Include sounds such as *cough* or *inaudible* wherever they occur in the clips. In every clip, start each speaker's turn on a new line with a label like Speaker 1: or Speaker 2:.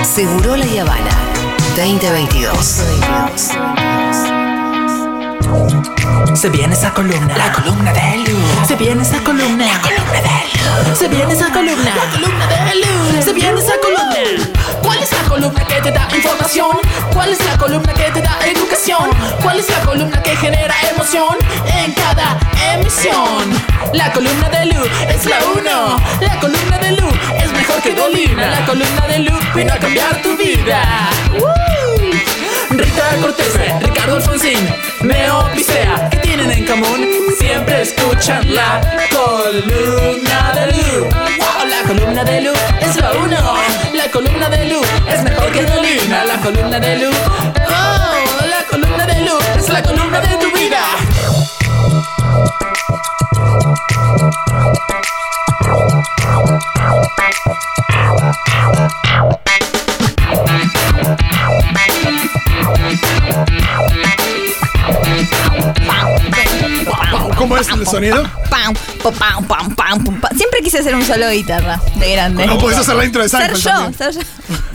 Speaker 1: Aseguró la Habana 2022.
Speaker 2: Se viene esa columna. La columna de Lu. Se viene esa columna. La columna de Lu. Se viene esa columna. La columna de Lu. Se viene esa columna. ¿Cuál es la columna que te da información? ¿Cuál es la columna que te da educación? ¿Cuál es la columna que genera emoción en cada emisión? La columna de Lu es la uno. La columna de Lu es mejor que Dolina. La columna de Lu vino a cambiar tu vida. ¡Woo! Rita Cortés, Ricardo Alfonsín, Neo Pistea, ¿qué tienen en común? Siempre escuchan la columna de Lu. Wow, la columna de Lu es lo uno. La columna de Lu es mejor que Dolina. La columna de Lu. Oh, la columna de Lu es la columna de tu vida.
Speaker 3: ¿Cómo es el sonido?
Speaker 4: Pam, po, pam, pam, pam, pum, pam. Siempre quise hacer un solo de guitarra de grande.
Speaker 3: No podés hacer la intro de
Speaker 4: Ser
Speaker 3: Seinfeld
Speaker 4: yo,
Speaker 3: también.
Speaker 4: ser yo.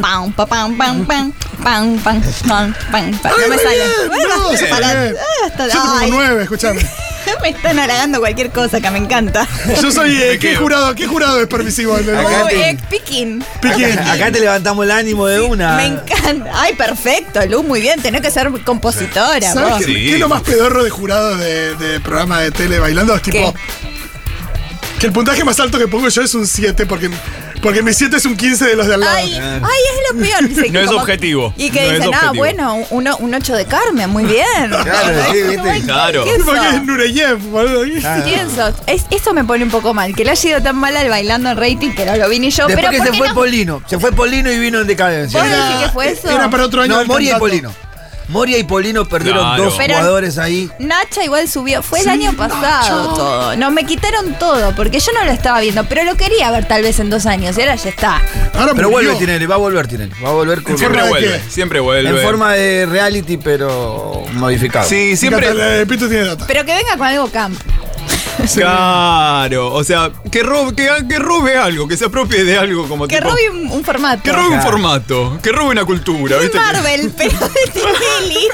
Speaker 4: Pam, pa, pam, pam, pam, pam, pam, pam, pam, pam.
Speaker 3: Ay,
Speaker 4: No me
Speaker 3: muy
Speaker 4: sale.
Speaker 3: bien,
Speaker 4: Bueno,
Speaker 3: no, se
Speaker 4: para-
Speaker 3: está bien.
Speaker 4: ah, hasta-
Speaker 3: Yo tengo
Speaker 4: ay,
Speaker 3: nueve, escuchame.
Speaker 4: Me están halagando cualquier cosa que me encanta.
Speaker 3: *laughs* Yo soy. eh,
Speaker 5: Me
Speaker 3: ¿Qué
Speaker 5: quedo.
Speaker 3: jurado, qué jurado es *laughs* permisivo? El-
Speaker 6: Acá
Speaker 4: Muy
Speaker 6: te-
Speaker 4: ex picking.
Speaker 3: Piquín.
Speaker 6: Acá te levantamos el ánimo de una.
Speaker 4: Me encanta. Ay, perfecto, Lu, muy bien. Tenés que ser compositora. vos.
Speaker 3: ¿Sabes qué,
Speaker 5: Sí.
Speaker 3: qué es lo más pedorro de jurado de, de programa de tele bailando? Es tipo. Que el puntaje más alto que pongo yo es un 7, porque, porque mi 7 es un 15 de los de al lado. Ah.
Speaker 4: Ay, ay, es lo peor. Dice que
Speaker 5: *laughs* No es
Speaker 4: como-
Speaker 5: objetivo.
Speaker 4: Y que
Speaker 5: No es
Speaker 4: dicen, ah,
Speaker 5: objetivo".
Speaker 4: bueno, uno- un 8 de Carmen, muy bien.
Speaker 6: Claro, sí, viste.
Speaker 5: Claro.
Speaker 4: ¿Qué
Speaker 3: Porque
Speaker 4: sos?
Speaker 3: es Nureyev, boludo.
Speaker 4: ¿Quién sos? Es- eso me pone un poco mal, que le haya ido tan mal al bailando en rating que no lo vi ni yo.
Speaker 6: Después
Speaker 4: pero
Speaker 6: que
Speaker 4: ¿por
Speaker 6: se
Speaker 4: qué
Speaker 6: fue
Speaker 4: no?
Speaker 6: Polino. Se fue Polino y vino en decadencia.
Speaker 4: ¿Vos decís que fue eso?
Speaker 3: Era para otro año.
Speaker 6: No,
Speaker 3: del
Speaker 6: Moria y
Speaker 3: contrato.
Speaker 6: Polino. Moria y Polino perdieron
Speaker 5: Claro.
Speaker 6: dos
Speaker 4: Pero-
Speaker 6: jugadores ahí.
Speaker 4: Nacha igual subió, fue
Speaker 3: Sí,
Speaker 4: el año pasado
Speaker 3: Nacho.
Speaker 4: todo. No, me quitaron todo porque yo no lo estaba viendo, pero lo quería ver tal vez en dos años y ahora ya está.
Speaker 3: Ahora murió.
Speaker 6: Pero vuelve Tinelli, va a volver Tinelli. Va a volver con-
Speaker 3: forma
Speaker 5: Siempre
Speaker 3: de
Speaker 5: vuelve.
Speaker 3: qué?
Speaker 5: Siempre vuelve.
Speaker 6: en forma de reality, pero modificado.
Speaker 5: Sí,
Speaker 3: Siempre.
Speaker 5: siempre.
Speaker 3: eh, Pito tiene data.
Speaker 4: Pero que venga con algo camp.
Speaker 5: Claro. O sea, que robe, que, que robe algo, que se apropie de algo como
Speaker 4: Que
Speaker 5: tipo-
Speaker 4: robe un, un formato.
Speaker 5: Que robe un formato, que robe una cultura,
Speaker 4: De
Speaker 5: ¿viste? Pues
Speaker 4: Marvel, *laughs* pero de
Speaker 5: *laughs*
Speaker 4: Tinelli.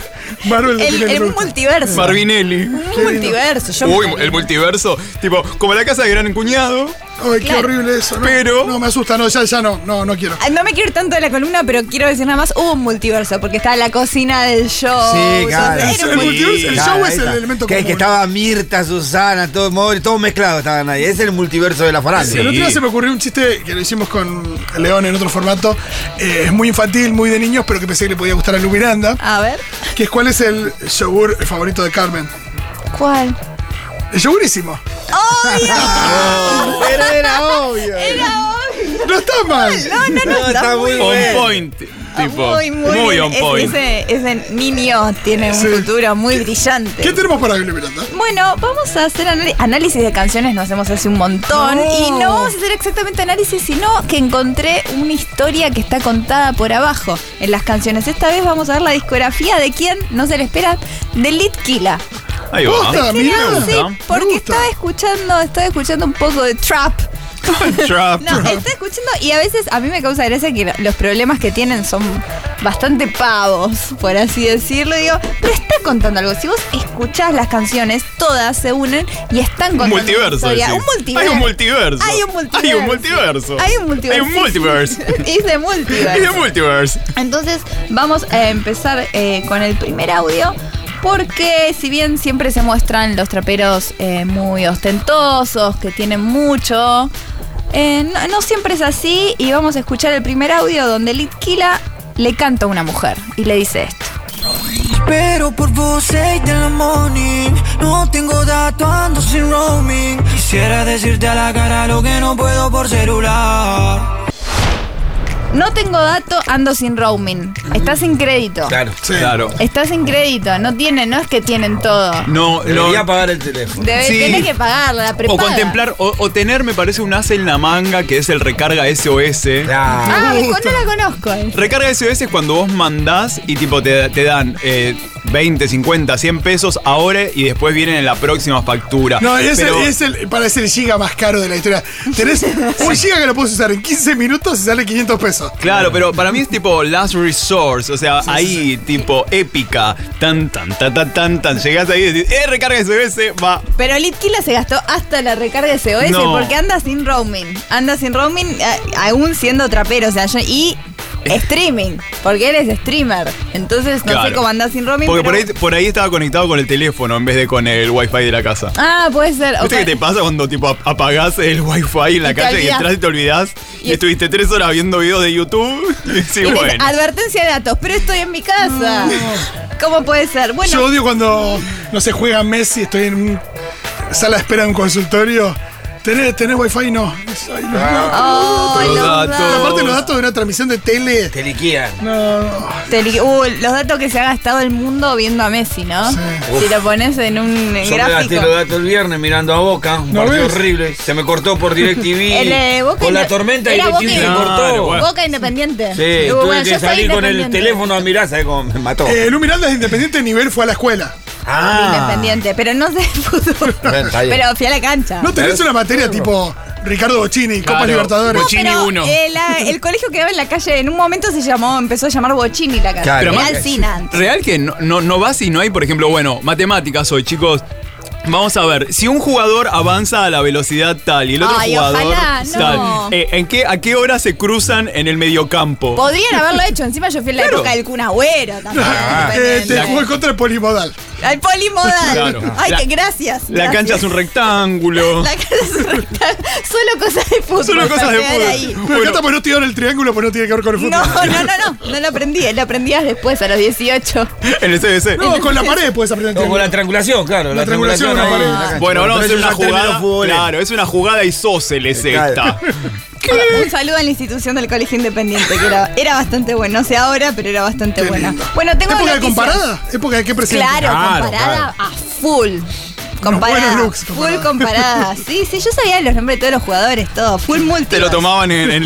Speaker 3: Marvel le
Speaker 4: El,
Speaker 3: tiene
Speaker 4: el
Speaker 3: que-
Speaker 4: multiverso.
Speaker 5: Marvinelli.
Speaker 4: Un multiverso. Yo
Speaker 5: Uy,
Speaker 4: me-
Speaker 5: el multiverso. Tipo, como la casa de gran cuñado.
Speaker 3: Ay, qué
Speaker 4: Claro.
Speaker 3: horrible eso. No,
Speaker 5: Pero-
Speaker 3: No, me asusta, no, ya, ya no, no, no quiero.
Speaker 4: Ah, No me quiero ir tanto de la columna, pero quiero decir nada más, hubo un multiverso, porque está la cocina del show.
Speaker 6: Sí, claro.
Speaker 4: Entonces, era un
Speaker 3: El
Speaker 4: multi-
Speaker 3: multiverso, el
Speaker 6: Claro,
Speaker 3: show
Speaker 6: ahí
Speaker 3: es el
Speaker 6: está.
Speaker 3: elemento
Speaker 6: que,
Speaker 3: común.
Speaker 6: que estaba Mirta, Susana, todo, Mori, todo mezclado estaban ahí. Es el multiverso de la farándula.
Speaker 3: El otro día
Speaker 5: Sí.
Speaker 3: se me ocurrió un chiste que lo hicimos con León en otro formato. Eh, es muy infantil, muy de niños, pero que pensé que le podía gustar a Lu Miranda.
Speaker 4: A ver.
Speaker 3: Que es cuál es el yogur favorito de Carmen.
Speaker 4: ¿Cuál?
Speaker 3: El yogurísimo.
Speaker 6: Pero era obvio.
Speaker 3: No está mal.
Speaker 4: No, no, no.
Speaker 6: No, está muy
Speaker 5: On
Speaker 6: bueno.
Speaker 5: point. Tipo,
Speaker 4: muy, muy, bien.
Speaker 5: on
Speaker 4: Es-
Speaker 5: point.
Speaker 4: Ese, ese niño tiene un
Speaker 3: Sí.
Speaker 4: futuro muy brillante.
Speaker 3: ¿Qué tenemos para hoy, Lu Miranda?
Speaker 4: Bueno, vamos a hacer anali- análisis de canciones, nos hacemos hace un montón.
Speaker 3: No.
Speaker 4: Y no vamos a hacer exactamente análisis, sino que encontré una historia que está contada por abajo en las canciones. Esta vez vamos a ver la discografía de quién, no se le espera, de Litkila.
Speaker 5: Ahí
Speaker 3: Posta,
Speaker 5: va.
Speaker 3: mirá.
Speaker 5: Me
Speaker 4: Sí,
Speaker 5: gusta.
Speaker 3: me
Speaker 4: porque
Speaker 3: gusta.
Speaker 4: estaba escuchando, estaba escuchando un poco de trap.
Speaker 5: Trap.
Speaker 4: No, estaba escuchando y a veces a mí me causa gracia que lo- los problemas que tienen son bastante pavos, por así decirlo. Y Digo, pero está contando algo. Si vos escuchás las canciones, todas se unen y están
Speaker 5: Un
Speaker 4: contando una
Speaker 5: multiverso.
Speaker 4: historia.
Speaker 5: decís.
Speaker 4: Un multiverso.
Speaker 5: Hay un multiverso.
Speaker 4: Hay un multiverso.
Speaker 5: Hay un multiverso.
Speaker 4: Hay un multiverso.
Speaker 5: Hay un
Speaker 4: *laughs*
Speaker 5: multiverso.
Speaker 4: Hice
Speaker 5: Hay un
Speaker 4: multiverso.
Speaker 5: multiverso.
Speaker 4: Entonces vamos a empezar eh, con el primer audio. Porque si bien siempre se muestran los traperos eh, muy ostentosos, que tienen mucho, eh, no, no siempre es así. Y vamos a escuchar el primer audio donde Litkila le canta a una mujer y le dice esto.
Speaker 7: Pero por vos 6 de la morning No tengo datos, ando sin roaming Quisiera decirte a la cara lo que no puedo por celular
Speaker 4: No tengo dato, ando sin roaming. Está sin crédito.
Speaker 6: Claro.
Speaker 3: Sí. Eh,
Speaker 5: Claro.
Speaker 4: Está sin crédito. No tienen, no es que tienen todo.
Speaker 5: No, no.
Speaker 6: Debería apagar el teléfono.
Speaker 4: Debe,
Speaker 5: Sí.
Speaker 4: Tiene que pagarla, la
Speaker 5: O
Speaker 4: prepaga.
Speaker 5: contemplar, o, o tener, me parece, un as en la manga, que es el recarga SOS.
Speaker 6: Claro.
Speaker 4: Ah, me- no la Ah, conozco. eh.
Speaker 5: Recarga SOS es cuando vos mandás y tipo te, te dan eh, 20, 50, 100 pesos ahora y después vienen en la próxima factura.
Speaker 3: No, es,
Speaker 5: Pero-
Speaker 3: el, es el, parece el giga más caro de la historia. Tenés un giga que lo puedes usar en 15 minutos y sale 500 pesos.
Speaker 5: Claro, pero para mí es tipo last resort, o sea, ahí tipo épica, tan tan tan tan tan tan, llegás ahí y decís, eh, recarga SOS, va.
Speaker 4: Pero Litkila se gastó hasta la recarga de SOS
Speaker 5: No.
Speaker 4: porque anda sin roaming. Anda sin roaming a- aún siendo trapero. O sea, yo- y
Speaker 6: Eh.
Speaker 4: streaming. Porque eres streamer. Entonces no sé
Speaker 5: Claro.
Speaker 4: cómo anda sin roaming.
Speaker 5: Porque por
Speaker 4: pero-
Speaker 5: ahí, por ahí estaba conectado con el teléfono en vez de con el wifi de la casa.
Speaker 4: Ah, puede ser.
Speaker 5: ¿Viste
Speaker 4: ok.
Speaker 5: qué te pasa cuando tipo ap- apagás el wifi en la
Speaker 4: Y te
Speaker 5: calle y
Speaker 4: olvidás.
Speaker 5: entras y te olvidás y,
Speaker 4: Y-
Speaker 5: estuviste tres horas viendo videos de YouTube? *laughs* Y sí,
Speaker 4: Y dice,
Speaker 5: bueno.
Speaker 4: Advertencia de datos, pero estoy en mi casa. ¿Cómo puede ser? Bueno,
Speaker 3: Yo odio cuando, no sé, juega Messi, estoy en un- sala de espera en un consultorio. ¿Tenés, tenés wifi? No. Ay, no.
Speaker 5: Ah,
Speaker 4: oh,
Speaker 5: Los
Speaker 4: los
Speaker 5: datos.
Speaker 4: datos.
Speaker 3: Aparte los datos de una transmisión de tele.
Speaker 6: Te liquidan.
Speaker 3: No, no.
Speaker 4: Te li- uh, los datos que se ha gastado el mundo viendo a Messi, ¿no?
Speaker 3: Sí.
Speaker 4: Si lo pones en un en
Speaker 6: Yo me gasté
Speaker 4: gráfico.
Speaker 6: los datos el viernes mirando a Boca, un
Speaker 3: ¿No
Speaker 6: partido
Speaker 3: ves?
Speaker 6: horrible. Se me cortó por
Speaker 4: *laughs* El, eh,
Speaker 6: DirecTV.
Speaker 4: Boca
Speaker 6: Con la
Speaker 4: Inde-
Speaker 6: tormenta
Speaker 4: era
Speaker 6: DirecTV se
Speaker 4: Boca
Speaker 5: Claro,
Speaker 6: cortó.
Speaker 5: bueno.
Speaker 4: Boca Independiente.
Speaker 6: Sí,
Speaker 4: Uh,
Speaker 6: tuve
Speaker 4: bueno, yo soy
Speaker 6: que salir con el
Speaker 4: independiente.
Speaker 6: teléfono a mirar, ¿sabes cómo me mató? Ah.
Speaker 3: Eh, Lu Miranda es independiente a nivel, fue a la escuela.
Speaker 4: Independiente, pero no sé fútbol.
Speaker 6: *laughs* Bueno, está bien.
Speaker 4: pero fui a la cancha.
Speaker 6: Ah.
Speaker 3: No tenés una materia tipo Ricardo Bocini, Copas
Speaker 5: Claro.
Speaker 3: Libertadores.
Speaker 5: Bocini
Speaker 4: pero
Speaker 5: uno.
Speaker 4: El, ah, el colegio quedaba en la calle. En un momento se llamó, empezó a llamar Bochini la calle.
Speaker 6: Claro. Pero
Speaker 4: Era
Speaker 6: más-
Speaker 4: Alcina.
Speaker 5: Real que no, no, no vas y no hay, por ejemplo, bueno, matemáticas hoy, chicos. Vamos a ver, si un jugador avanza a la velocidad tal y el otro
Speaker 4: Ay,
Speaker 5: jugador
Speaker 4: ojalá, no.
Speaker 5: tal, eh, ¿en qué, ¿a qué hora se cruzan en el mediocampo?
Speaker 4: Podrían haberlo hecho. Encima yo fui en la
Speaker 5: Claro. Ah, este
Speaker 4: época del Kun Agüero también.
Speaker 3: *laughs* Eh, te jugó
Speaker 4: Independiente.
Speaker 3: en contra el polimodal.
Speaker 4: Al polimodal.
Speaker 5: Claro.
Speaker 4: Ay,
Speaker 5: La-
Speaker 4: que gracias.
Speaker 5: La
Speaker 4: gracias.
Speaker 5: cancha es un
Speaker 4: *laughs*
Speaker 5: rectángulo.
Speaker 4: La cancha es un rectángulo. Solo cosas de fútbol.
Speaker 5: Solo cosas
Speaker 4: para
Speaker 5: de
Speaker 4: quedar
Speaker 5: fútbol.
Speaker 4: ahí.
Speaker 3: Pero
Speaker 5: Bueno.
Speaker 3: acá está, pues no tirar el triángulo, pues no tiene que ver con el fútbol.
Speaker 4: No, no, no, no. No lo aprendí. Lo aprendías después, a los 18.
Speaker 5: *laughs* En el CBC.
Speaker 3: No, con la pared puedes aprender el
Speaker 6: No, con la
Speaker 3: triángulo.
Speaker 6: triangulación, claro.
Speaker 3: La triangulación,
Speaker 6: ahí
Speaker 3: una
Speaker 6: en la
Speaker 3: pared.
Speaker 6: cancha.
Speaker 5: Bueno, ahora vamos a hacer
Speaker 6: pero
Speaker 5: una
Speaker 6: esos son términos
Speaker 5: jugada.
Speaker 6: futboleros.
Speaker 5: Claro, es una jugada isósceles
Speaker 6: Claro.
Speaker 5: esta. *laughs*
Speaker 4: Un saludo a la institución del Colegio Independiente, que era, era bastante buena. No sé ahora, pero era bastante buena. Bueno, tengo
Speaker 3: ¿Época de
Speaker 4: noticias.
Speaker 3: comparada? ¿Época de qué presidente?
Speaker 4: Claro,
Speaker 6: Claro,
Speaker 4: comparada a full. Comparada.
Speaker 3: buenos looks
Speaker 4: full
Speaker 3: comparada.
Speaker 5: *laughs*
Speaker 4: comparada. Sí, sí, yo sabía los nombres de todos los jugadores, todo. Full multi.
Speaker 5: Te lo tomaban en, en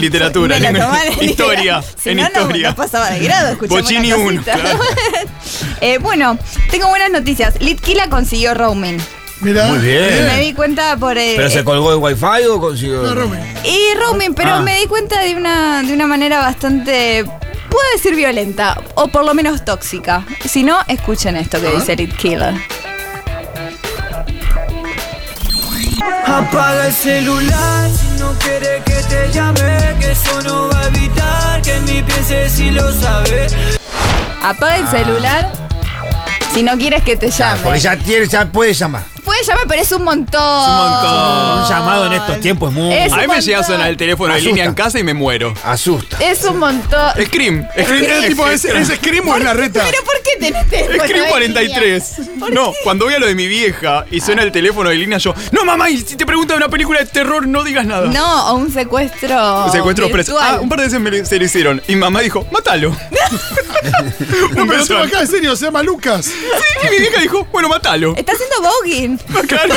Speaker 4: *laughs*
Speaker 5: literatura,
Speaker 4: Me
Speaker 5: en
Speaker 4: lo tomaban
Speaker 5: *laughs*
Speaker 4: en
Speaker 5: historia,
Speaker 4: literatura. *laughs* Si
Speaker 5: en
Speaker 4: no, no-
Speaker 5: historia.
Speaker 4: No, pasaba de grado, escuchamos
Speaker 5: Bochini
Speaker 4: una
Speaker 5: uno,
Speaker 4: cosita.
Speaker 5: claro.
Speaker 4: *laughs* Eh, bueno, tengo buenas noticias. Litquila consiguió roaming.
Speaker 3: Mirá.
Speaker 6: Muy bien.
Speaker 4: Me di cuenta por... eh,
Speaker 6: ¿Pero se colgó el wifi o consiguió?
Speaker 3: No, Romy.
Speaker 4: Y roaming, pero
Speaker 6: Ah.
Speaker 4: me di cuenta de una, de una manera bastante, puedo decir violenta, o por lo menos tóxica. Si no, escuchen esto
Speaker 6: Ah.
Speaker 4: que dice Lit Killer.
Speaker 7: Apaga el celular si no quieres que te llame, que eso no va a evitar que en mí pienses si lo sabes.
Speaker 4: Apaga el celular si no quieres que te
Speaker 6: Ah,
Speaker 4: llame.
Speaker 6: Porque Ah. ya, tiene, ya puede llamar.
Speaker 4: Puede llamar, pero es un montón.
Speaker 5: Es un montón.
Speaker 6: Un llamado en estos tiempos es muy...
Speaker 4: Es-
Speaker 5: A mí me llega a sonar el teléfono de
Speaker 6: Asusta.
Speaker 5: línea en casa y me muero.
Speaker 6: Asusta.
Speaker 4: Es un montón.
Speaker 5: Scream.
Speaker 3: Es,
Speaker 5: Scream.
Speaker 3: es tipo, ¿es, es Scream o es la reta?
Speaker 4: ¿Pero por qué tenés teléfono de
Speaker 5: Scream
Speaker 4: línea?
Speaker 5: 43. No, cuando voy a lo de mi vieja y suena el teléfono de línea, yo, no mamá, y si te preguntan una película de terror, no digas nada.
Speaker 4: No, o un secuestro.
Speaker 5: Un secuestro preso.
Speaker 4: virtual.
Speaker 5: Ah, un par de veces me lo- se lo hicieron. Y mamá dijo,
Speaker 4: *laughs*
Speaker 5: mátalo.
Speaker 3: No, pero
Speaker 5: Un beso.
Speaker 3: tengo acá, en serio, se llama Lucas.
Speaker 5: Y mi vieja dijo,
Speaker 4: *laughs*
Speaker 5: bueno, mátalo.
Speaker 4: Está haciendo bogging.
Speaker 5: Claro.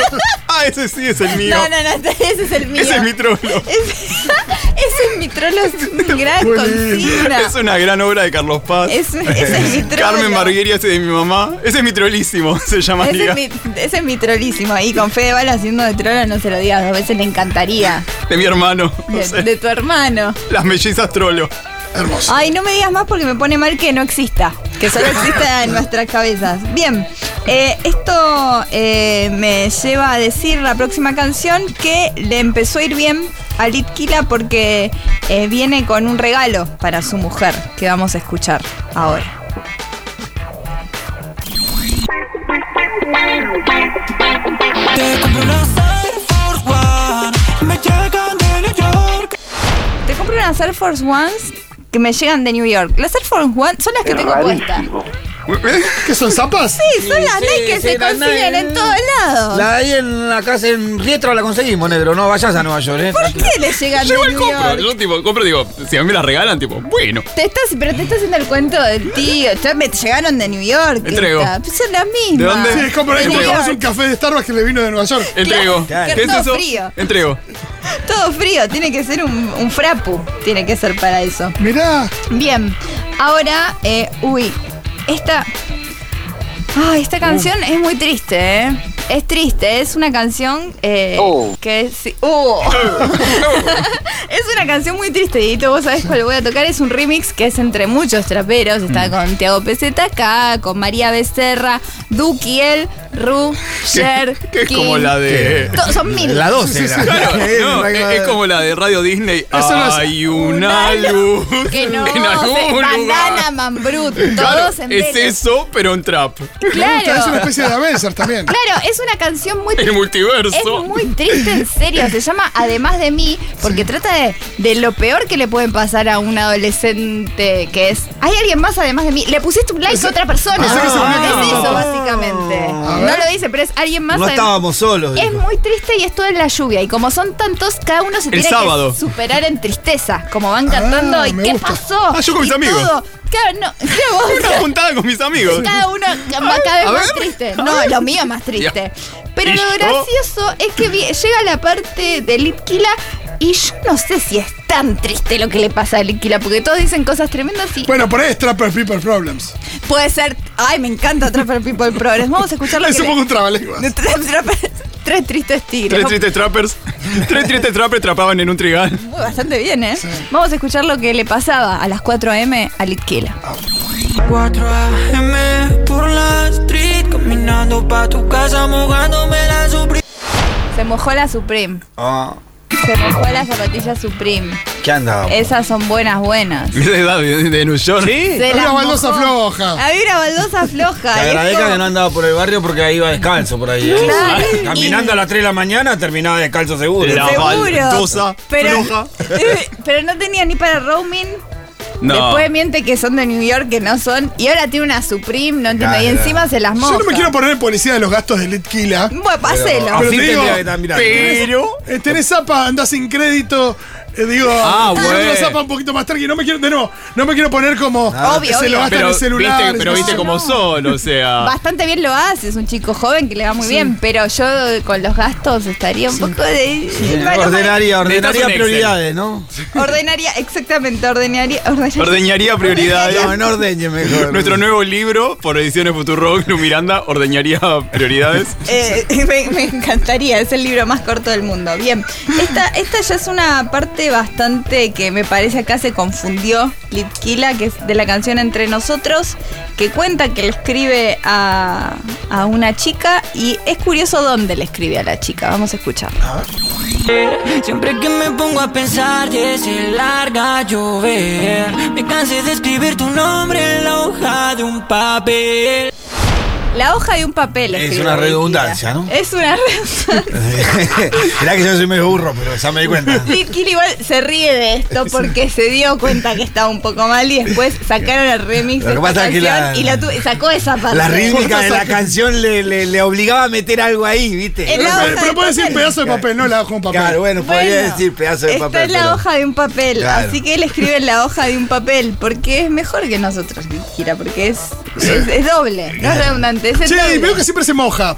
Speaker 5: Ah, ese sí es el mío.
Speaker 4: No, no, no, *laughs* ese es el mío.
Speaker 5: Ese es mi trolo.
Speaker 4: Ese ese es *laughs* mi trolo, es mi gran
Speaker 3: Muy
Speaker 4: consigna.
Speaker 5: Es una gran obra de Carlos Paz. Eh,
Speaker 4: Es- ese es mi trolo.
Speaker 5: *laughs* Carmen Marguerite hace de mi mamá. Ese es mi trolísimo, *laughs* se
Speaker 4: Ese
Speaker 5: llamaría.
Speaker 4: es, mi, ese es mi trolísimo ahí, con Fedeval haciendo de trolo, no se lo digas, a veces le encantaría.
Speaker 5: De mi hermano. no
Speaker 4: De,
Speaker 5: sé.
Speaker 4: de tu hermano.
Speaker 5: Las mellizas trolo.
Speaker 3: Hermoso.
Speaker 4: Ay, no me digas más porque me pone mal que no exista, que solo exista en nuestras cabezas. Bien, eh, esto eh, me lleva a decir la próxima canción que le empezó a ir bien a Litkila porque eh, viene con un regalo para su mujer que vamos a escuchar ahora.
Speaker 7: Te compro una Air Force One, me llegan de New York.
Speaker 4: Te compro unas Air Force Ones que me llegan de New York. Las Air Force Ones son las que tengo puestas.
Speaker 3: ¿Qué son zapas?
Speaker 4: Sí, son las
Speaker 6: Sí,
Speaker 4: Nike que
Speaker 6: sí,
Speaker 4: se
Speaker 6: las
Speaker 4: consiguen
Speaker 6: Nike.
Speaker 4: en todos lados.
Speaker 6: La ahí en la casa en Rietro la conseguimos, negro. No vayas a Nueva York, eh.
Speaker 4: ¿Por qué le llegan de
Speaker 5: Yo igual
Speaker 4: New
Speaker 5: compro.
Speaker 4: York?
Speaker 5: Yo tipo, compro, digo, si a mí me la regalan, tipo, bueno.
Speaker 4: Te estás, pero te estás haciendo el cuento del tío. Ya me llegaron de New York.
Speaker 5: Entrego.
Speaker 4: esta. Pues Son las mismas.
Speaker 5: dónde?
Speaker 3: Sí, es como, es como
Speaker 5: Entrego.
Speaker 3: tomarse un café de Starbucks que le vino de Nueva York.
Speaker 5: Entrego.
Speaker 6: Claro.
Speaker 5: ¿Qué es
Speaker 4: Todo
Speaker 5: eso?
Speaker 4: frío.
Speaker 5: Entrego.
Speaker 4: Todo frío. Tiene que ser un, un frapu. Tiene que ser para eso.
Speaker 3: Mirá,
Speaker 4: Bien. Ahora, eh, uy, esta. Ay, esta canción
Speaker 5: Uh.
Speaker 4: es muy triste, ¿eh? Es triste, es una canción eh,
Speaker 5: Oh.
Speaker 4: que es... ¡Uh! *laughs* es una canción muy triste, Dito, vos sabés cuál voy a tocar. Es un remix que es entre muchos traperos. Está
Speaker 5: Mm.
Speaker 4: con Tiago PZK, con María Becerra, Dukiel, Ru, Cher,
Speaker 5: *laughs* que es como
Speaker 4: King.
Speaker 5: la de-
Speaker 4: To- Son
Speaker 5: *laughs*
Speaker 4: mil. *laughs*
Speaker 6: La 12
Speaker 3: *laughs*
Speaker 6: era.
Speaker 5: Claro, *laughs* no,
Speaker 6: Una
Speaker 5: es, es como la de Radio Disney.
Speaker 3: no es-
Speaker 5: Hay una luz
Speaker 4: Que
Speaker 5: *laughs*
Speaker 4: no,
Speaker 5: en
Speaker 4: se-
Speaker 5: algún
Speaker 4: bandana,
Speaker 5: lugar.
Speaker 4: mambrut,
Speaker 5: Claro,
Speaker 4: todos en
Speaker 5: es
Speaker 4: vela.
Speaker 5: eso, pero en trap. *laughs*
Speaker 4: Claro,
Speaker 3: Es una especie de Avengers también.
Speaker 4: claro, es una canción muy
Speaker 5: El
Speaker 4: Es
Speaker 5: multiverso.
Speaker 4: muy triste, en serio. Se llama Además de mí, porque trata de, de lo peor que le pueden pasar a un adolescente, que es, hay alguien más además de mí. Le pusiste un like a otra persona.
Speaker 3: Pensé que se
Speaker 4: es
Speaker 3: metía.
Speaker 4: eso, básicamente. No lo dice, pero es alguien más
Speaker 6: No
Speaker 4: además-
Speaker 6: estábamos solos.
Speaker 4: Es
Speaker 6: dijo.
Speaker 4: muy triste y es todo en la lluvia. Y como son tantos, cada uno se
Speaker 5: El
Speaker 4: tiene
Speaker 5: sábado.
Speaker 4: que superar en tristeza. Como van cantando,
Speaker 3: Ah,
Speaker 4: ¿y
Speaker 3: me
Speaker 4: qué
Speaker 3: gusta.
Speaker 4: pasó?
Speaker 5: Ah, yo con mis
Speaker 4: Y
Speaker 5: amigos.
Speaker 4: todo. Claro, no, *laughs* mira vos.
Speaker 5: Una juntada con mis amigos.
Speaker 4: Cada uno va cada vez
Speaker 5: a
Speaker 4: más
Speaker 5: ver.
Speaker 4: triste. No, lo mío es más triste. Pero
Speaker 5: Y
Speaker 4: lo
Speaker 5: yo-
Speaker 4: gracioso es que vi- llega la parte de Litquila y yo no sé si es tan triste lo que le pasa a Litquila, porque todos dicen cosas tremendas
Speaker 5: Pues-
Speaker 4: y
Speaker 3: Bueno, por ahí es Trapper People Problems.
Speaker 4: puede ser. Ay, me encanta Trapper People Progress. Vamos a escuchar lo
Speaker 3: Es
Speaker 4: que
Speaker 3: un
Speaker 4: le-
Speaker 3: poco un trabalenguas.
Speaker 4: de tra- trapper- *laughs* Tres tristes tigres.
Speaker 5: Tres tristes trappers. Tres tristes trappers trapaban en un trigal. *laughs*
Speaker 4: Muy bastante bien, ¿eh? Vamos a escuchar lo que le pasaba a las 4 am a Litquila.
Speaker 7: 4 AM por la street Caminando pa' tu casa mojándome la supri
Speaker 4: Se mojó la Supreme.
Speaker 6: Ah,
Speaker 4: Se mojó la zapatilla Supreme.
Speaker 6: ¿Qué andaba?
Speaker 4: Esas son buenas, buenas.
Speaker 5: Es de edad de, de New York. Sí.
Speaker 4: Se
Speaker 3: Había
Speaker 4: las
Speaker 3: baldosa
Speaker 4: mojó.
Speaker 3: floja.
Speaker 4: Había una baldosa floja.
Speaker 6: Te
Speaker 4: y es
Speaker 6: agradezco
Speaker 4: como-
Speaker 6: que no andaba por el barrio porque ahí iba descalzo por ahí. ¿eh?
Speaker 4: Claro.
Speaker 6: Caminando a las 3 de la mañana terminaba descalzo seguro.
Speaker 5: La
Speaker 4: Seguro.
Speaker 5: baldosa
Speaker 4: pero,
Speaker 5: floja.
Speaker 4: Eh, pero no tenía ni para roaming.
Speaker 5: No.
Speaker 4: Después miente que son de New York, que no son. Y ahora tiene una Supreme, no entiendo. Y
Speaker 6: Claro.
Speaker 4: encima se las moja.
Speaker 3: Yo no me quiero poner en policía de los gastos de Litquila.
Speaker 4: Bueno, páselo.
Speaker 3: Pero
Speaker 6: Así
Speaker 3: te digo,
Speaker 6: tendría que estar mirando.
Speaker 5: Pero.
Speaker 3: Eh, Tenés zapa, andás sin crédito. eh, digo,
Speaker 5: Ah,
Speaker 3: tenés
Speaker 5: bueno.
Speaker 3: una zapa un poquito más tranqui. No me quiero, de nuevo, no me quiero poner como
Speaker 4: Obvio,
Speaker 3: se
Speaker 4: obvio.
Speaker 3: lo gastan en
Speaker 5: Pero
Speaker 3: el celular.
Speaker 5: viste, pero
Speaker 3: no,
Speaker 5: viste
Speaker 3: no.
Speaker 5: como son, o sea.
Speaker 4: Bastante bien lo hace, es un chico joven que le va muy bien, pero yo con los gastos estaría un poco de. *laughs* Bueno,
Speaker 6: Ordenaría, ordenaría
Speaker 5: Necesitas un Excel.
Speaker 6: prioridades, ¿no?
Speaker 4: ordenaría, exactamente, ordenaría. ordenaría-
Speaker 5: Ordeñaría prioridades.
Speaker 6: No, no ordeñe mejor.
Speaker 5: Nuestro nuevo libro por ediciones Futurock, Lu Miranda, ordeñaría prioridades.
Speaker 4: Eh, *laughs* me, me encantaría, es el libro más corto del mundo. Bien, esta, esta ya es una parte bastante que me parece acá se confundió Litquila, que es de la canción Entre Nosotros, que cuenta que le escribe a, a una chica y es curioso dónde le escribe a la chica. Vamos a escuchar.
Speaker 6: Ah.
Speaker 7: Siempre que me pongo a pensar que se larga a llover Me cansé de escribir tu nombre en la hoja de un papel
Speaker 4: La hoja de un papel. le
Speaker 6: Es
Speaker 4: escribe
Speaker 6: una
Speaker 4: a Litquila.
Speaker 6: redundancia, ¿no?
Speaker 4: Es una *laughs* redundancia.
Speaker 6: *laughs* Mirá que yo soy medio burro, pero ya me di cuenta.
Speaker 4: Litquila igual se ríe de
Speaker 6: *laughs*
Speaker 4: esto porque se dio cuenta que estaba un poco mal y después sacaron el remix
Speaker 6: Lo
Speaker 4: de
Speaker 6: que
Speaker 4: esta
Speaker 6: pasa es que
Speaker 4: canción
Speaker 6: la-
Speaker 4: y la tu- y sacó esa parte.
Speaker 6: La rítmica de la canción le, le- le obligaba a meter algo ahí, ¿viste?
Speaker 4: El-
Speaker 3: Pero,
Speaker 4: la hoja
Speaker 3: Eh, pero
Speaker 4: de
Speaker 3: puede decir
Speaker 4: papel.
Speaker 3: pedazo de papel, no la hoja de un papel.
Speaker 6: Claro, bueno, podría
Speaker 4: Bueno,
Speaker 6: decir pedazo de
Speaker 4: está
Speaker 6: papel.
Speaker 4: en la
Speaker 6: pero-
Speaker 4: hoja de un papel,
Speaker 6: Claro.
Speaker 4: así que él escribe en la hoja de un papel, porque es mejor que nosotros, Gira, porque es, es, es doble, no es redundante, es el
Speaker 3: Che, y
Speaker 4: doble.
Speaker 3: veo que siempre se moja.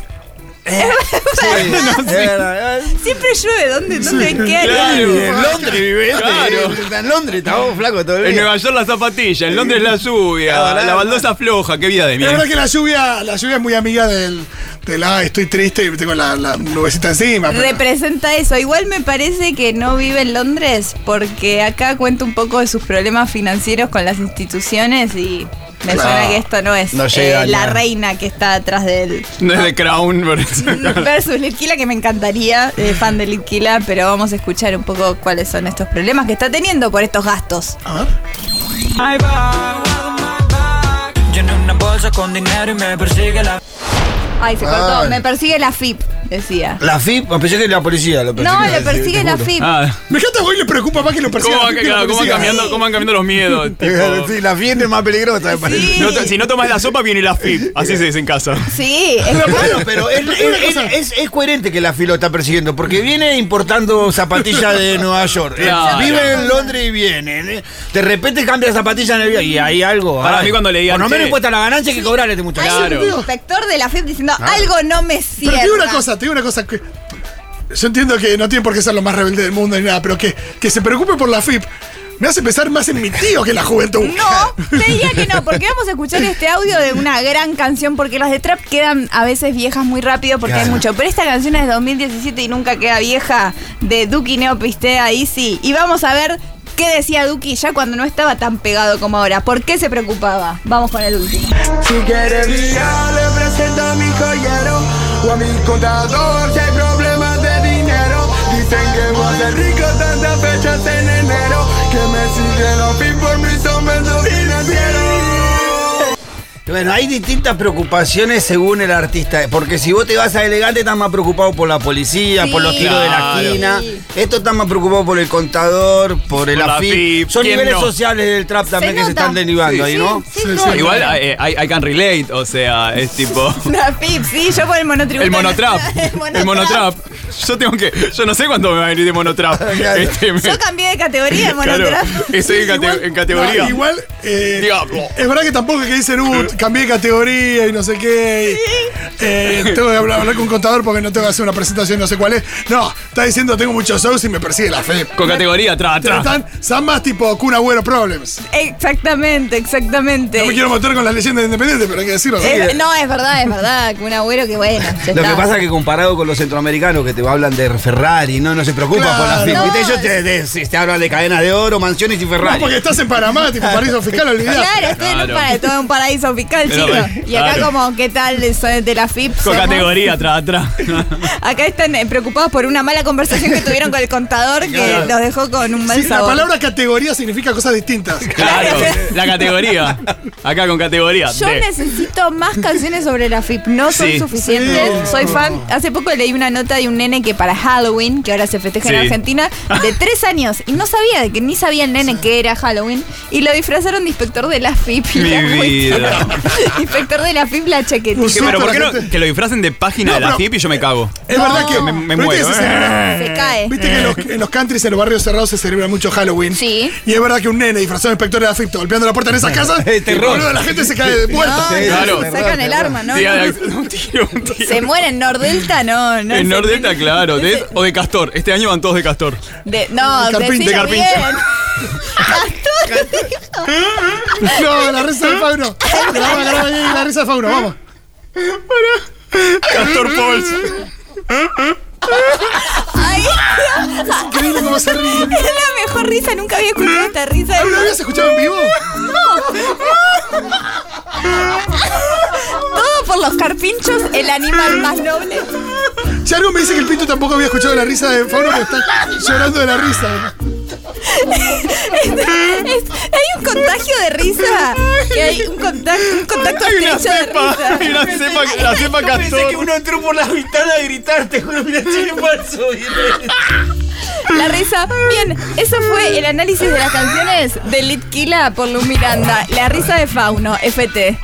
Speaker 5: *laughs*
Speaker 6: Sí, es verdad, eh, es-
Speaker 4: Siempre llueve, ¿dónde, dónde queda?
Speaker 5: Claro.
Speaker 6: En Londres viviste.
Speaker 5: Claro.
Speaker 6: Está En Londres, estábamos flacos todo el
Speaker 5: En
Speaker 6: día.
Speaker 5: Nueva York la zapatilla, en Londres la lluvia,
Speaker 6: Ahora-
Speaker 5: la baldosa floja, qué vida de
Speaker 3: La verdad
Speaker 5: mierda.
Speaker 3: que la lluvia, la lluvia es muy amiga del, del ah, estoy triste y tengo la, la nubecita encima. pero-
Speaker 4: Representa eso. Igual me parece que no vive en Londres, porque acá cuenta un poco de sus problemas financieros con las instituciones y me
Speaker 6: No,
Speaker 4: suena que esto no es eh,
Speaker 6: no llega
Speaker 4: la
Speaker 6: ni a-
Speaker 4: reina que está atrás de él. Mm,
Speaker 5: No es de Crown,
Speaker 4: *laughs*
Speaker 5: pero-
Speaker 4: Versus Litquila, que me encantaría, eh, fan de Litquila, pero vamos a escuchar un poco cuáles son estos problemas que está teniendo por estos gastos.
Speaker 3: Ah,
Speaker 7: Ahí va, guardo my bag. Llené una bolsa con dinero y me persigue la
Speaker 4: Ay, se cortó.
Speaker 6: Ay.
Speaker 4: Me persigue la FIP, decía.
Speaker 6: La FIP, pensé que la policía lo
Speaker 4: No,
Speaker 6: perseguía,
Speaker 4: le persigue
Speaker 6: te
Speaker 4: la
Speaker 6: juro.
Speaker 4: FIP.
Speaker 5: Ah,
Speaker 3: Me encanta, hoy le preocupa más que lo persiga.
Speaker 5: ¿cómo,
Speaker 3: la
Speaker 5: va-
Speaker 3: gente que
Speaker 5: claro,
Speaker 3: lo
Speaker 5: cómo van
Speaker 3: persiga.
Speaker 5: cambiando, cómo van cambiando
Speaker 3: *laughs*
Speaker 5: los miedos?
Speaker 6: *laughs*
Speaker 5: tipo?
Speaker 6: Sí, la FIP es más peligrosa, me parece.
Speaker 4: Sí.
Speaker 5: No to- si no tomas la sopa, viene la FIP. Así se dice en casa.
Speaker 4: Sí, es
Speaker 6: Pero
Speaker 4: que-
Speaker 6: *laughs* bueno, pero es, es- es- es- es coherente que la FIP lo está persiguiendo, porque viene importando zapatillas
Speaker 4: *laughs*
Speaker 6: de Nueva York. eh,
Speaker 5: Claro.
Speaker 6: vive en Londres y viene. eh, De repente cambia zapatillas en el día y hay algo.
Speaker 5: Para
Speaker 6: ay,
Speaker 5: mí cuando le digan,
Speaker 6: Por lo menos
Speaker 5: che.
Speaker 6: impuesta la ganancia que cobrarle este muchacho.
Speaker 4: hay
Speaker 5: Claro.
Speaker 4: un inspector de la FIP diciendo algo no me
Speaker 3: Pero
Speaker 4: cierra.
Speaker 3: te digo una cosa, te digo una cosa. que- yo entiendo que no tiene por qué ser lo más rebelde del mundo ni nada, pero que, que se preocupe por la FIP. me hace pensar más en mi tío que en la juventud.
Speaker 4: No, te diría que no, porque vamos a escuchar este audio de una gran canción, porque las de Trap quedan a veces viejas muy rápido porque hay
Speaker 6: Claro.
Speaker 4: mucho. Pero esta canción es de 2017 y nunca queda vieja, de Duki Neopistea Easy. Y vamos a ver qué decía Duki ya cuando no estaba tan pegado como ahora. ¿Por qué se preocupaba? Vamos con el último.
Speaker 8: Si quieres brillar, le presento a mi joyero o a mi contador si hay problemas de dinero. Dicen que voy a ser rico tantas fechas en enero que me siguen los pin por mi sombrero financiero.
Speaker 6: Bueno, hay distintas preocupaciones según el artista, porque si vos te vas a elegante estás más preocupado por la policía,
Speaker 4: Sí.
Speaker 6: por los tiros de la
Speaker 5: Claro.
Speaker 6: esquina, esto está más preocupado por el contador, por el
Speaker 5: Por la
Speaker 6: AFIP,
Speaker 5: FIP,
Speaker 6: son
Speaker 5: ¿quién
Speaker 6: niveles
Speaker 5: no?
Speaker 6: sociales del trap también que se
Speaker 4: nota.
Speaker 6: están derivando ahí, ¿no?
Speaker 4: Sí,
Speaker 3: Sí,
Speaker 4: no,
Speaker 3: sí.
Speaker 4: no.
Speaker 5: Igual eh, I, I can relate, o sea, es *laughs* tipo.
Speaker 4: Una pip, sí, yo por el monotributo.
Speaker 5: El monotrap.
Speaker 4: *laughs* El monotrap.
Speaker 5: El monotrap. Yo tengo que. Yo no sé cuándo me va a venir
Speaker 3: *laughs*
Speaker 5: de monotrap. Este, me-
Speaker 4: Yo cambié de categoría de
Speaker 5: claro,
Speaker 4: monotrap.
Speaker 5: estoy
Speaker 4: *laughs*
Speaker 5: en, cate- en categoría.
Speaker 3: No, igual, eh,
Speaker 5: Diablo.
Speaker 3: es verdad que tampoco es que dicen, uh, cambié de categoría y no sé qué. y, eh, tengo que hablar, hablar con un contador porque no tengo que hacer una presentación, no sé cuál es. No, está diciendo, tengo muchos shows y me persigue la fe.
Speaker 5: Con categoría, tra, tra.
Speaker 3: Están, son más tipo Kun Agüero Problems.
Speaker 4: Exactamente, exactamente.
Speaker 3: No me quiero meter con las leyendas independientes, pero hay que
Speaker 6: *laughs*
Speaker 3: decirlo.
Speaker 4: Eh. Es- no, es verdad, es verdad. que Un agüero que bueno. ya
Speaker 6: Lo que
Speaker 4: está.
Speaker 6: pasa es que comparado con los centroamericanos que te hablan de Ferrari, no, no se preocupan por
Speaker 3: Claro.
Speaker 6: la AFIP,
Speaker 4: No.
Speaker 6: ¿viste? ellos te, te- te hablan de cadenas de oro, mansiones y
Speaker 3: No,
Speaker 6: Ferrari.
Speaker 3: porque estás en Panamá, tipo paraíso fiscal, olvidate.
Speaker 4: Claro, estoy en un
Speaker 5: Claro.
Speaker 4: paraíso, todo un paraíso fiscal,
Speaker 5: Pero,
Speaker 4: chicos. Y acá
Speaker 5: claro.
Speaker 4: como, ¿qué tal? Soy de la FIP.
Speaker 5: Con
Speaker 4: somos-
Speaker 5: categoría, tra, *laughs* tra.
Speaker 4: Acá están eh, preocupados por una mala conversación que tuvieron con el contador que
Speaker 6: Claro.
Speaker 4: los dejó con un mal
Speaker 3: Sí, la
Speaker 4: sabor.
Speaker 3: palabra categoría significa cosas
Speaker 5: *laughs*
Speaker 3: distintas.
Speaker 5: Claro, la categoría. Acá con categoría.
Speaker 4: Yo
Speaker 5: de.
Speaker 4: necesito más canciones sobre la FIP, no son
Speaker 5: Sí.
Speaker 4: suficientes. Soy fan. Hace poco leí una nota de un nene que para Halloween, que ahora se festeja en
Speaker 5: Sí.
Speaker 4: Argentina,
Speaker 5: *laughs*
Speaker 4: de tres años. Y no sabía, de que ni sabía el nene que era Halloween. Y lo disfrazaron de inspector de la FIP. y
Speaker 5: Mi
Speaker 4: la cuestión-
Speaker 5: vida.
Speaker 4: *laughs* inspector de la FIP, la chaquetita.
Speaker 5: Que, pero ¿por qué no?
Speaker 3: Gente-
Speaker 5: Que lo disfracen de página
Speaker 3: No,
Speaker 5: de la
Speaker 3: pero-
Speaker 5: FIP y yo me cago.
Speaker 3: Es verdad que
Speaker 5: Me- me
Speaker 3: pero viste
Speaker 5: muero, ¿eh?
Speaker 3: que se celebra-
Speaker 4: Se cae.
Speaker 3: Viste que en los, en los countries, en los barrios cerrados, se celebra mucho Halloween.
Speaker 4: Sí.
Speaker 3: Y es verdad que un nene disfrazado de inspector de afecto golpeando la puerta en
Speaker 5: *laughs*
Speaker 3: esas casas,
Speaker 6: Eh, terror.
Speaker 3: boludo, la gente se cae de
Speaker 4: No,
Speaker 3: muerta.
Speaker 6: Sí,
Speaker 5: claro.
Speaker 4: se sacan el arma, ¿no?
Speaker 5: Sí, a- *laughs* un tiro, un tiro.
Speaker 4: Se muere en Nordelta, no. no
Speaker 5: en
Speaker 4: se-
Speaker 5: Nordelta, claro. de- o de Castor. Este año van todos de Castor.
Speaker 4: De- no,
Speaker 3: De Carpincho,
Speaker 4: decilo
Speaker 5: Carpincho.
Speaker 4: bien. *laughs* Castor.
Speaker 3: No, la risa de Fauno. Graba, graba ahí la risa de Fauno, vamos.
Speaker 5: Castor Pauls.
Speaker 3: Increíble cómo se ríe.
Speaker 4: Es la mejor risa, nunca había escuchado esta risa.
Speaker 5: *laughs*
Speaker 3: ¿No lo habías escuchado en vivo?
Speaker 4: Todo por los carpinchos, el animal más noble.
Speaker 3: Si algo me dice que el Pinto tampoco había escuchado la risa de Fauno, que está llorando de la risa.
Speaker 4: *laughs* Es- hay un contagio de risa. Que hay un contacto, un contacto
Speaker 5: Hay una
Speaker 4: estrecho de
Speaker 5: cepa.
Speaker 4: risa.
Speaker 5: Hay una cepa, *laughs* la cepa
Speaker 6: Pensé que
Speaker 5: Castor.
Speaker 6: uno entró por la ventana a gritarte, juro, mira, tiene un falso.
Speaker 4: La risa. Bien, eso fue el análisis de las canciones de Litkila por Lu Miranda. La risa de Fauno, FT.